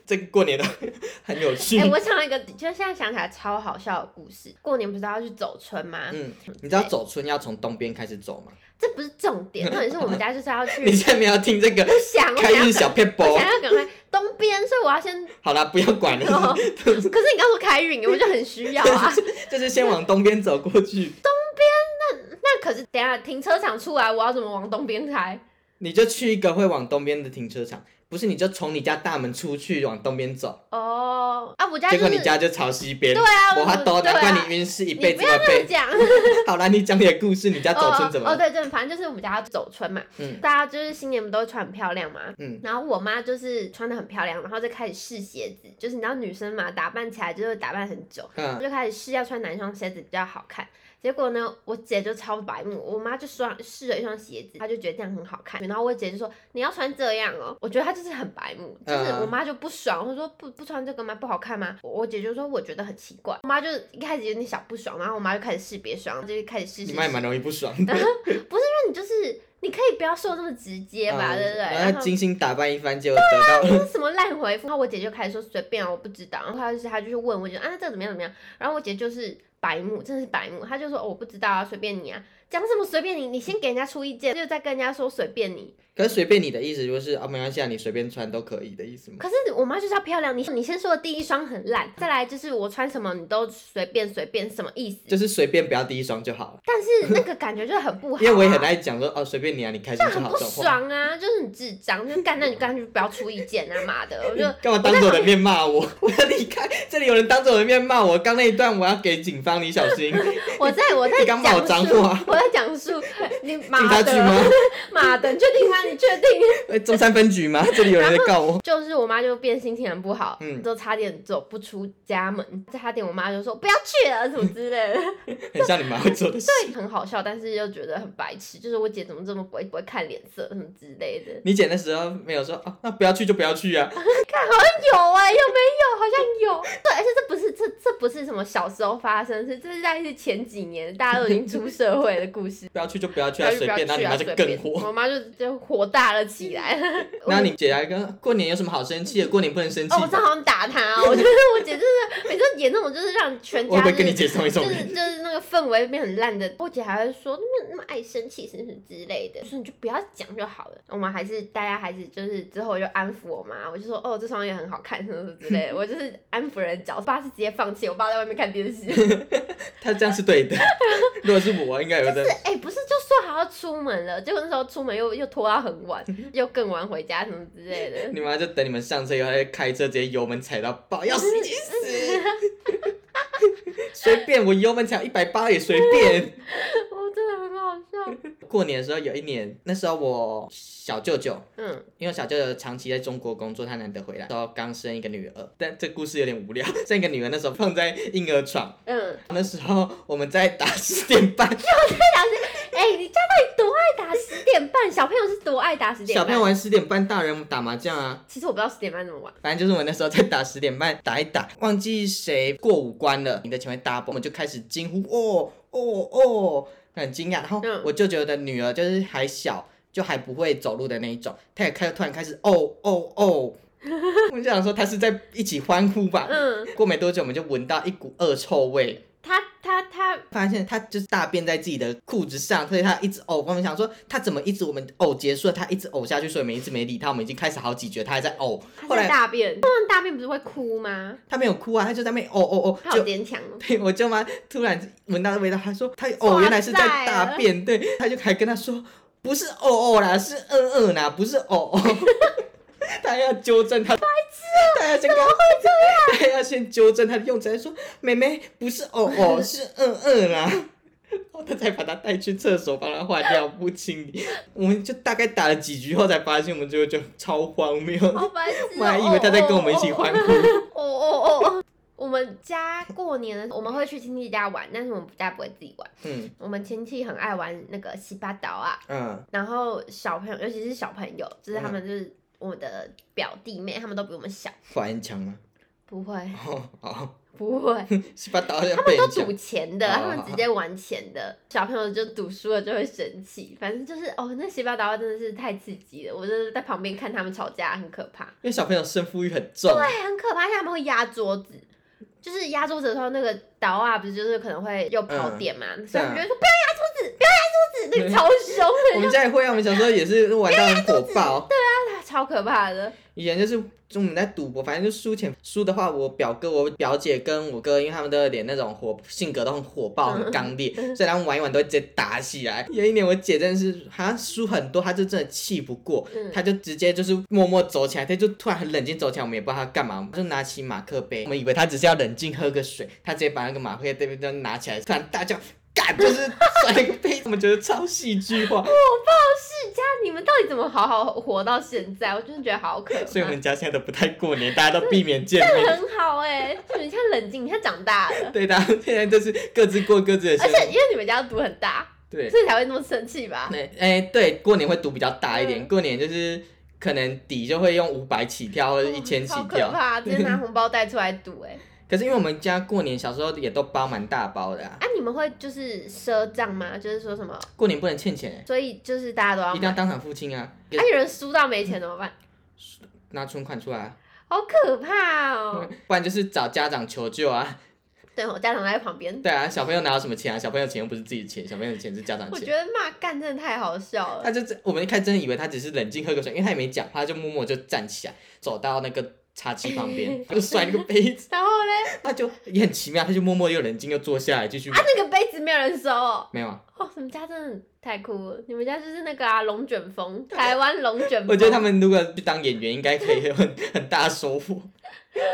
Speaker 1: 这个过年的 [laughs] 很有趣。
Speaker 2: 哎、我想到一个，就现在想起来超好笑的故事。过年不是要去走村吗？
Speaker 1: 嗯，你知道走村要从东边开始走吗？
Speaker 2: 这不是重点，重点是我们家就
Speaker 1: [laughs]
Speaker 2: 是要去
Speaker 1: 你现在没有听这个
Speaker 2: 不想，我
Speaker 1: 开
Speaker 2: 想要
Speaker 1: 运小撇步哦
Speaker 2: 赶，我想要赶快东边，所以我要先。
Speaker 1: 好啦，不要管
Speaker 2: 哦
Speaker 1: 了，
Speaker 2: 可是你刚说开
Speaker 1: [laughs]
Speaker 2: 运，我就很需要啊。
Speaker 1: 就是先往东边走过去，
Speaker 2: 那可是等一下停车场出来，我要怎么往东边开？
Speaker 1: 你就去一个会往东边的停车场，不是你就从你家大门出去往东边走，
Speaker 2: 哦，啊，我家
Speaker 1: 结
Speaker 2: 就
Speaker 1: 果
Speaker 2: 是
Speaker 1: 你家就朝西边。
Speaker 2: 对啊，
Speaker 1: 我还都
Speaker 2: 对
Speaker 1: 难
Speaker 2: 啊
Speaker 1: 怪你晕是一
Speaker 2: 你
Speaker 1: 辈
Speaker 2: 不
Speaker 1: 子
Speaker 2: 要
Speaker 1: 的
Speaker 2: 这样
Speaker 1: 背。 [laughs]
Speaker 2: 讲。
Speaker 1: 好啦，你讲你的故事，你家走村怎么
Speaker 2: 哦哦？
Speaker 1: 了？
Speaker 2: 哦，对对，反正就是我们家要走村嘛，
Speaker 1: 嗯
Speaker 2: 大家就是新年不都会穿很漂亮嘛，
Speaker 1: 嗯
Speaker 2: 然后我妈就是穿的很漂亮，然后就开始试鞋子，就是你知道女生嘛，打扮起来就会打扮很久，
Speaker 1: 嗯，
Speaker 2: 就开始试要穿哪一双鞋子比较好看。结果呢，我姐就超白目，我妈就双试了一双鞋子，她就觉得这样很好看，然后我姐就说你要穿这样哦，我觉得她就是很白目，就是
Speaker 1: 嗯
Speaker 2: 我妈就不爽，我说不不穿这个吗？不好看吗？我我姐就说我觉得很奇怪，我妈就一开始有点小不爽，然后我妈就开始试别霜，就开始试试
Speaker 1: 你
Speaker 2: 试，
Speaker 1: 妈也蛮容易不爽的，
Speaker 2: 不是因为你就是你可以不要说的这么直接吧，
Speaker 1: 嗯
Speaker 2: 对不对？
Speaker 1: 然
Speaker 2: 然
Speaker 1: 后
Speaker 2: 后
Speaker 1: 精心打扮一番，结果得到了，
Speaker 2: 这是 [laughs] 什么烂回复？然后我姐就开始说随便啊，我不知道。然后她就是她就去问我姐，啊那这个怎么样怎么样？然后我姐就是白目，真的是白目，她就说、哦、我不知道啊，随便你啊，讲什么随便你，你先给人家出意见，就再跟人家说随便你。
Speaker 1: 可是随便你的意思就是啊，没关系啊，你随便穿都可以的意思吗？
Speaker 2: 可是我妈就是要漂亮，你你先说的第一双很烂，再来就是我穿什么你都随便随便，什么意思？
Speaker 1: 就是随便不要第一双就好了，
Speaker 2: 但是那个感觉就很不好、啊，
Speaker 1: [laughs] 因为我也很爱讲说哦，随便你啊，你开心
Speaker 2: 但
Speaker 1: 就
Speaker 2: 很
Speaker 1: 好
Speaker 2: 不
Speaker 1: 这种话。
Speaker 2: 爽啊，就是很智障，就干那你干脆就不要出意见啊，妈的，我就
Speaker 1: 干嘛当着我的面骂我？我要离开！这里有人当着我的面骂我，刚那一段我要给警方，你小
Speaker 2: [laughs]
Speaker 1: 心！警
Speaker 2: 我在我在
Speaker 1: 你刚
Speaker 2: 讲
Speaker 1: 骂我脏
Speaker 2: 述，
Speaker 1: 话
Speaker 2: 我在讲
Speaker 1: [laughs]
Speaker 2: 述，你妈
Speaker 1: 察局吗
Speaker 2: 的，？妈的，你确定吗？你确定？
Speaker 1: 哎中山分局吗？这里有人在告我。
Speaker 2: [laughs] 就是我妈就变心情很不好，
Speaker 1: 嗯
Speaker 2: 就差点走不出家门，差点我妈就说不要去了什么之类的， [laughs]
Speaker 1: 很像你妈会做的事。
Speaker 2: 对， [laughs] 很好笑，但是又觉得很白痴，就是我姐怎么这么不会不会看脸色什么之类的，
Speaker 1: 你姐那时候没有说啊，那不要去就不要去啊，
Speaker 2: 看好像有哎、有没有？好像有，对，而且这不是这这不是什么小时候发生的事，这是在是前几年大家都已经出社会的故 [laughs] 事。
Speaker 1: 不要去就不要去
Speaker 2: 不
Speaker 1: 啊，
Speaker 2: 要
Speaker 1: 随
Speaker 2: 去不要
Speaker 1: 便。然后
Speaker 2: 去
Speaker 1: 你
Speaker 2: 啊
Speaker 1: 妈就
Speaker 2: 随
Speaker 1: 更
Speaker 2: 便
Speaker 1: 火。
Speaker 2: 我妈就就火大了起来。
Speaker 1: 然后你姐还跟过年有什么好生气的？过年不能生气
Speaker 2: 哦，我
Speaker 1: 的。
Speaker 2: 正好想打她哦，我觉得我姐就是每次演那种就是让全
Speaker 1: 我会
Speaker 2: 家
Speaker 1: 不会
Speaker 2: 就
Speaker 1: 跟你
Speaker 2: 是
Speaker 1: 姐同一种
Speaker 2: 就是
Speaker 1: 人？
Speaker 2: 就是那个氛围变很烂的，我姐还会说那么那么爱生气什么什么之类的，就是你就不要讲就好了。我们还是大家还是就是之后我就安抚我妈，我就说哦这双也很好看什么什么之
Speaker 1: [laughs]
Speaker 2: 类的，我就是安抚人角色。我爸是直接放弃，我爸在外面看电视。
Speaker 1: [laughs] 她这样是对
Speaker 2: [laughs]
Speaker 1: 的。如果是我，应该有的
Speaker 2: 是。哎、不是就说好要出门了，结果那时候出门又又拖到
Speaker 1: [laughs]
Speaker 2: 很晚，又更晚回家什么之类的。 [laughs]
Speaker 1: 你妈就等你们上车以后，她就开车直接油门踩到爆，要死你去死！
Speaker 2: [laughs]
Speaker 1: 随便，我油门踩一百八也随便。
Speaker 2: 我真的很好笑。
Speaker 1: 过年的时候有一年，那时候我小舅舅，
Speaker 2: 嗯，
Speaker 1: 因为小舅舅长期在中国工作，他难得回来，然后刚生一个女儿，但这故事有点无聊。 [laughs] 生一个女儿那时候放在婴儿床，
Speaker 2: 嗯，
Speaker 1: 那时候我们在打十点半，
Speaker 2: 哎、你家到底多爱打十点半？小朋友是多爱打十点
Speaker 1: 小
Speaker 2: 半？
Speaker 1: 朋友玩十点半，大人打麻将啊。
Speaker 2: 其实我不知道十点半怎么玩。
Speaker 1: 反正就是我那时候在打十点半打一打，忘记谁过五关了，你的钱会 double，我们就开始惊呼哦哦哦，很惊讶。然后
Speaker 2: 嗯
Speaker 1: 我舅舅的女儿就是还小，就还不会走路的那一种，她也开突然开始哦哦哦， [laughs] 我就想说她是在一起欢呼吧。
Speaker 2: 嗯，
Speaker 1: 过没多久，我们就闻到一股恶臭味，
Speaker 2: 他他他，
Speaker 1: 发现她就是大便在自己的裤子上，所以她一直呕。我们想说她怎么一直我们呕结束了，她一直呕下去，所以我们一直没理她。我们已经开始好几局了，她还在呕。
Speaker 2: 他
Speaker 1: 后
Speaker 2: 是
Speaker 1: 来
Speaker 2: 大便，通常大便不是会哭吗？
Speaker 1: 她没有哭啊，她就在那边哦哦哦，
Speaker 2: 他好
Speaker 1: 就 [laughs]
Speaker 2: 坚强哦。
Speaker 1: 对我舅妈突然闻到的味道，她说她
Speaker 2: 哇
Speaker 1: 哦
Speaker 2: 塞
Speaker 1: 原来是在大便，对，她就还跟她说不是哦哦啦，是嗯嗯啦，不是哦
Speaker 2: [laughs]
Speaker 1: 哦。她要纠正她，白
Speaker 2: 哦
Speaker 1: 痴、她要先跟她她要先纠正她的用词，她说妹妹不是哦哦，是嗯嗯
Speaker 2: [laughs]
Speaker 1: 啦。然后她才把她带去厕所帮她换尿布清理。我们就大概打了几局后才发现，我们就就超荒谬，
Speaker 2: 好白痴、哦！
Speaker 1: 我还以为她在跟我们一起
Speaker 2: 哦
Speaker 1: 欢呼。
Speaker 2: 哦哦哦哦。我们家过年的时候，我们会去亲戚家玩，但是我们家不会自己玩。
Speaker 1: 嗯
Speaker 2: 我们亲戚很爱玩那个洗把刀啊，
Speaker 1: 嗯，
Speaker 2: 然后小朋友，尤其是小朋友，就是他们就是我的表弟妹，他们都比我们小，
Speaker 1: 反应强吗？
Speaker 2: 不会
Speaker 1: 哦，好。
Speaker 2: 不会，
Speaker 1: 十八刀要被
Speaker 2: 都
Speaker 1: 人讲
Speaker 2: 赌，钱的，
Speaker 1: 哦
Speaker 2: 他们直接玩钱的。小朋友就赌输了就会生气，反正就是哦，那洗把刀真的是太刺激了，我真的在旁边看他们吵架，很可怕，
Speaker 1: 因为小朋友胜负欲很重，
Speaker 2: 对，很可怕，而且他们会压桌子。就是压桌子的时候，那个刀啊，不是就是可能会又跑
Speaker 1: 嗯
Speaker 2: 点嘛，所以我
Speaker 1: 对
Speaker 2: 们就
Speaker 1: 啊
Speaker 2: 会说不要压桌子，不要压桌子，那个超
Speaker 1: 我
Speaker 2: 凶的，
Speaker 1: 们家也会啊，我们小时候也是玩到很火爆。
Speaker 2: 就超可怕的。
Speaker 1: 以前就是就我们在赌博，反正就输钱，输的话，我表哥、我表姐跟我哥，因为他们都有点那种火性格都很火爆、很刚烈，所以他们玩一玩都会直接打起来。有一年我姐真的是好像输很多，她就真的气不过，
Speaker 2: 嗯
Speaker 1: 她就直接就是默默走起来，她就突然很冷静走起来，我们也不知道她干嘛，就拿起马克杯，我们以为她只是要冷静喝个水，她直接把那个马克杯都拿起来，突然大叫。干，就是摔了个杯， [laughs] 我们觉得超戏剧化，
Speaker 2: 世家，你们到底怎么好好活到现在？我真的觉得好可怕。
Speaker 1: 所以我们家现在都不太过年，大家都避免见面。 [laughs]
Speaker 2: 很好哎、就你看冷静，你看长大了，
Speaker 1: 对，大家现在就是各自过各自的
Speaker 2: 而
Speaker 1: 生
Speaker 2: 且
Speaker 1: 活。
Speaker 2: 因为你们家赌很大，
Speaker 1: 对，
Speaker 2: 所以才会那么生气吧？
Speaker 1: 那哎、对，过年会赌比较大一点，
Speaker 2: 嗯
Speaker 1: 过年就是可能底就会用五百起跳或者一千起
Speaker 2: 哦超可
Speaker 1: 跳。 [laughs]
Speaker 2: 怕，直接拿红包袋出来赌哎、
Speaker 1: 可是因为我们家过年小时候也都包蛮大包的啊，
Speaker 2: 啊，你们会就是赊账吗？就是说什么？
Speaker 1: 过年不能欠钱、欸
Speaker 2: 所以就是大家都要
Speaker 1: 一定要
Speaker 2: 买。
Speaker 1: 当场付清啊，
Speaker 2: 啊，有人输到没钱怎么办？
Speaker 1: 拿存款出来、啊，
Speaker 2: 好可怕哦！
Speaker 1: [laughs] 不然就是找家长求救啊。
Speaker 2: 对我家长在旁边，
Speaker 1: 对啊，小朋友哪有什么钱啊？小朋友钱又不是自己的钱，小朋友的钱是家长
Speaker 2: 我
Speaker 1: 的
Speaker 2: 觉
Speaker 1: 钱。
Speaker 2: 得骂干真的太好笑
Speaker 1: 他
Speaker 2: 了。
Speaker 1: 就真我们一开始真的以为他只是冷静喝个水，因为他也没讲话，他就默默就站起来走到那个茶几旁边，
Speaker 2: [laughs]
Speaker 1: 他就摔那个杯子，
Speaker 2: [laughs] 然后嘞，
Speaker 1: 他就也很奇妙，他就默默又冷静又坐下来继续
Speaker 2: 啊，那个杯子没有人收哦。
Speaker 1: 没有啊，
Speaker 2: 哦，你们家真的太酷了！你们家就是那个啊，龙卷风，台湾龙卷风。
Speaker 1: 我觉得他们如果去当演员，应该可以有很很大的收获。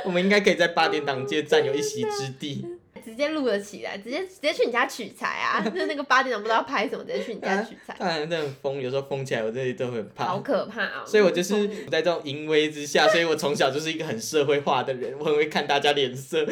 Speaker 1: 我们应该可以在八点档界占有一席之地。
Speaker 2: 直接录了起来，直接直接去你家取材啊！就是那个八点档不知道拍什么，直接去你家取
Speaker 1: [laughs]
Speaker 2: 材，
Speaker 1: 当然，那种风有时候风起来，我这里都会很
Speaker 2: 好
Speaker 1: 怕。
Speaker 2: 可怕啊！
Speaker 1: 所以我就是在这种淫威之
Speaker 2: [laughs]
Speaker 1: 下，所以我从小就是一个很社会化的人，我很会看大家脸
Speaker 2: [laughs]
Speaker 1: 色。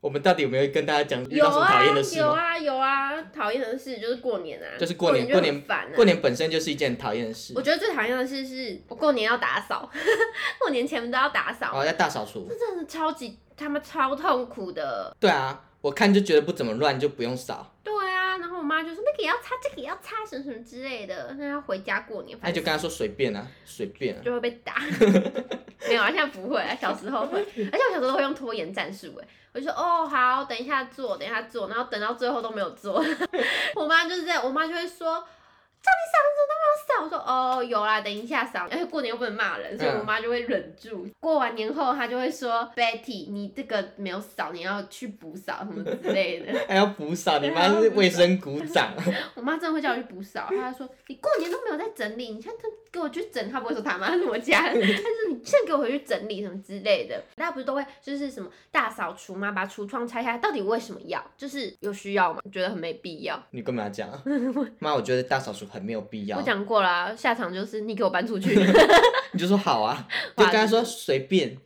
Speaker 1: 我们到底有没有跟大家讲遇
Speaker 2: 有
Speaker 1: 到什么讨
Speaker 2: 啊
Speaker 1: 厌的事
Speaker 2: 有
Speaker 1: 吗？
Speaker 2: 啊有啊，讨厌的事就是过年啊，
Speaker 1: 就是过
Speaker 2: 过
Speaker 1: 年
Speaker 2: 就很烦啊。
Speaker 1: 过年本身就是一件很讨厌的事
Speaker 2: 我，觉得最讨厌的事是，我过年要打扫， [laughs] 过年前都要打
Speaker 1: 然
Speaker 2: 扫，
Speaker 1: 后在哦大扫除。
Speaker 2: 这真的超级他妈超痛苦的。
Speaker 1: 对啊，我看就觉得不怎么乱，就不用扫。
Speaker 2: 对啊，然后我妈就说那个也要擦，这个也要擦，什么什么之类的，那要回家过年，
Speaker 1: 那
Speaker 2: 反
Speaker 1: 就
Speaker 2: 正
Speaker 1: 跟他说随便啊，随便啊。
Speaker 2: 就会被打。没有啊，现在不会啊，小时候会，而且我小时候会用拖延战术哎，我就说哦好，等一下做，等一下做，然后等到最后都没有做， [laughs] 我妈就是这样，我妈就会说。到底扫什么都没有扫，我说哦有啦，等一下扫。而且过年又不能骂人，所以
Speaker 1: 嗯
Speaker 2: 我妈就会忍住。过完年后，她就会说 Betty，你这个没有扫，你要去补扫什么之类的。
Speaker 1: 还哎要补扫，你妈是卫生股
Speaker 2: [laughs]
Speaker 1: 长。
Speaker 2: 我妈真的会叫我去补扫，她就说你过年都没有在整理，你看她给我去整，她不会说她妈是我家人，她说你现在给我回去整理什么之类的。大家不是都会就是什么大扫除嘛，把橱窗拆下来，到底为什么要？就是有需要吗？我觉得很没必要。
Speaker 1: 你干嘛
Speaker 2: [laughs]
Speaker 1: 讲啊？妈，我觉得大扫除很没有必要
Speaker 2: 我。讲过啦、下场就是你给我搬
Speaker 1: [laughs]
Speaker 2: 出去。
Speaker 1: 你就说好
Speaker 2: [laughs]
Speaker 1: 啊，就
Speaker 2: 哇
Speaker 1: 跟他说随便，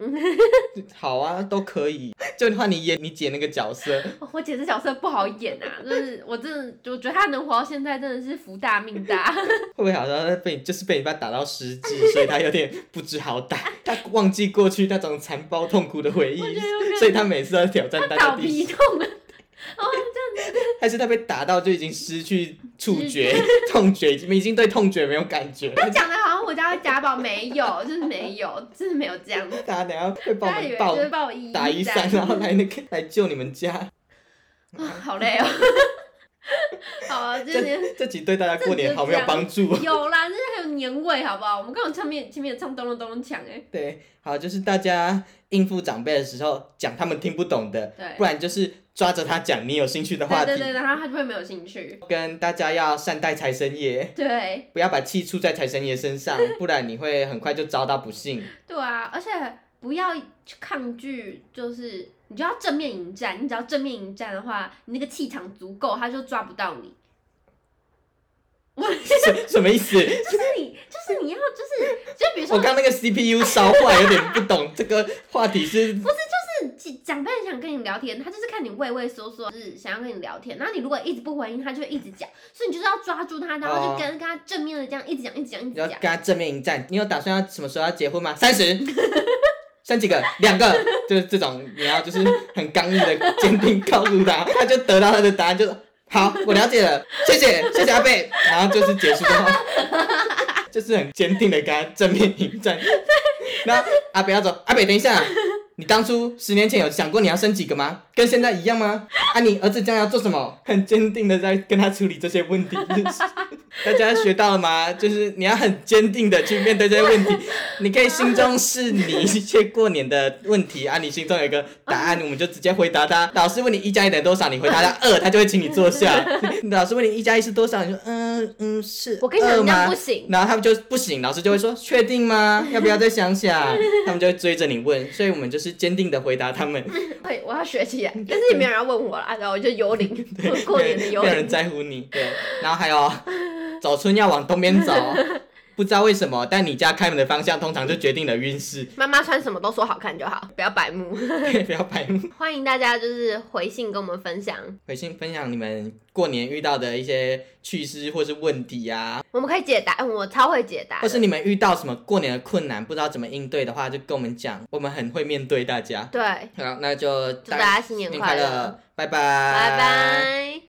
Speaker 2: [laughs]
Speaker 1: 好啊，都可以。就换你演你姐那个角色，
Speaker 2: 我姐这角色不好演啊，就是我真的，我觉得她能活到现在真的是福大
Speaker 1: [laughs]
Speaker 2: 命大。
Speaker 1: 会不会好像被就是被你爸打到失智，所以他有点不知好
Speaker 2: [laughs]
Speaker 1: 歹，他忘记过去那种残暴痛苦的回忆
Speaker 2: 我觉得有可，能
Speaker 1: 所以他每次都要挑战大家
Speaker 2: 倒
Speaker 1: 的底
Speaker 2: 鼻
Speaker 1: 线，
Speaker 2: 痛啊！ [laughs] 哦，这样子
Speaker 1: 还是他被打到就已经失去触
Speaker 2: 知 [laughs]
Speaker 1: 觉、痛觉，已经已经对痛觉没有感觉。
Speaker 2: 讲的好像我家的家宝没有，就是没有，真的没有这样子。
Speaker 1: 大家等下会把我
Speaker 2: 大家以
Speaker 1: 们
Speaker 2: 为
Speaker 1: 爆
Speaker 2: 就是报一
Speaker 1: 打一
Speaker 2: [laughs]
Speaker 1: 三，然后来那个来救你们家。
Speaker 2: 啊， [laughs] 好累哦。好啊，就是
Speaker 1: 这这集对大家过年好没有帮助。
Speaker 2: [laughs] 有啦，就是还有年味，好不好？我们刚刚前面前面也唱咚咚咚咚锵，哎，
Speaker 1: 对，好，就是大家应付长辈的时候讲他们听不懂的，
Speaker 2: 对
Speaker 1: 不然就是抓着他讲你有兴趣的话
Speaker 2: 对
Speaker 1: 题。
Speaker 2: 对对，然后他就会没有兴趣。
Speaker 1: 跟大家要善待财神爷，
Speaker 2: 对
Speaker 1: 不要把气出在财神爷身上，不然你会很快就遭到不幸。 [laughs]
Speaker 2: 对啊，而且不要去抗拒，就是你就要正面迎战。你只要正面迎战的话，你那个气场足够，他就抓不到你。
Speaker 1: 什什么意思？
Speaker 2: 就是你，就是你要，就是就比如说
Speaker 1: 我刚那个 CPU 烧坏，有点不懂这个话题是。
Speaker 2: 长长辈很想跟你聊天，他就是看你畏畏缩缩，就是想要跟你聊天。然后你如果一直不回应，他就会一直讲，所以你就是要抓住他，然后就跟、跟他正面的这样一直讲，一直讲，一直
Speaker 1: 哦你要
Speaker 2: 讲
Speaker 1: 跟。他正面迎战。你有打算要什么时候要结婚吗？三十，生几个？两个，就是这种，你要就是很刚毅的坚定告诉他，他就得到他的答案，就是好，我了解了，谢谢，谢谢阿贝，然后就是结束之后， [laughs] 就是很坚定的跟他正面迎战。那阿北要走，阿北等一下，你当初十年前有想过你要生几个吗？跟现在一样吗？啊，你儿子将来要做什么？很坚定的在跟他处理这些问题。大家学到了吗？就是你要很坚定的去面对这些问题，你可以心中是你一些过年的问题啊，你心中有一个答案，我们就直接回答他。老师问你一加一等于多少，你回答他二，他就会请你坐下。老师问你一加一是多少，你说嗯。嗯嗯是
Speaker 2: 我跟你讲，
Speaker 1: 二
Speaker 2: 人家
Speaker 1: 吗
Speaker 2: 不？行，
Speaker 1: 然后他们就不行，老师就会说确定吗？要不要再想想？他们就会追着你问，所以我们就是坚定的回答他们。
Speaker 2: 对，我要学起
Speaker 1: [laughs]
Speaker 2: 来。但是也没有人要问我啦，然后我就幽灵， [laughs] 过年的
Speaker 1: 没
Speaker 2: 幽
Speaker 1: 有人
Speaker 2: 灵。
Speaker 1: 在乎你。对，然后还有走春要往东边走，不知道为什么，但你家开门的方向通常就决定了运势。 [laughs]
Speaker 2: 妈妈穿什么都说好看就好，不要白目。 [laughs]
Speaker 1: 对，不要白目。
Speaker 2: 欢迎大家就是回信跟我们分享，
Speaker 1: 回信分享你们过年遇到的一些趣事或是问题啊，
Speaker 2: 我们可以解答，嗯我超会解答的。
Speaker 1: 或是你们遇到什么过年的困难不知道怎么应对的话，就跟我们讲，我们很会面对大家。
Speaker 2: 对，
Speaker 1: 好，那就
Speaker 2: 祝大家新
Speaker 1: 新
Speaker 2: 年
Speaker 1: 年
Speaker 2: 快
Speaker 1: 快
Speaker 2: 乐，
Speaker 1: 乐，拜拜，
Speaker 2: 拜
Speaker 1: 拜
Speaker 2: 拜。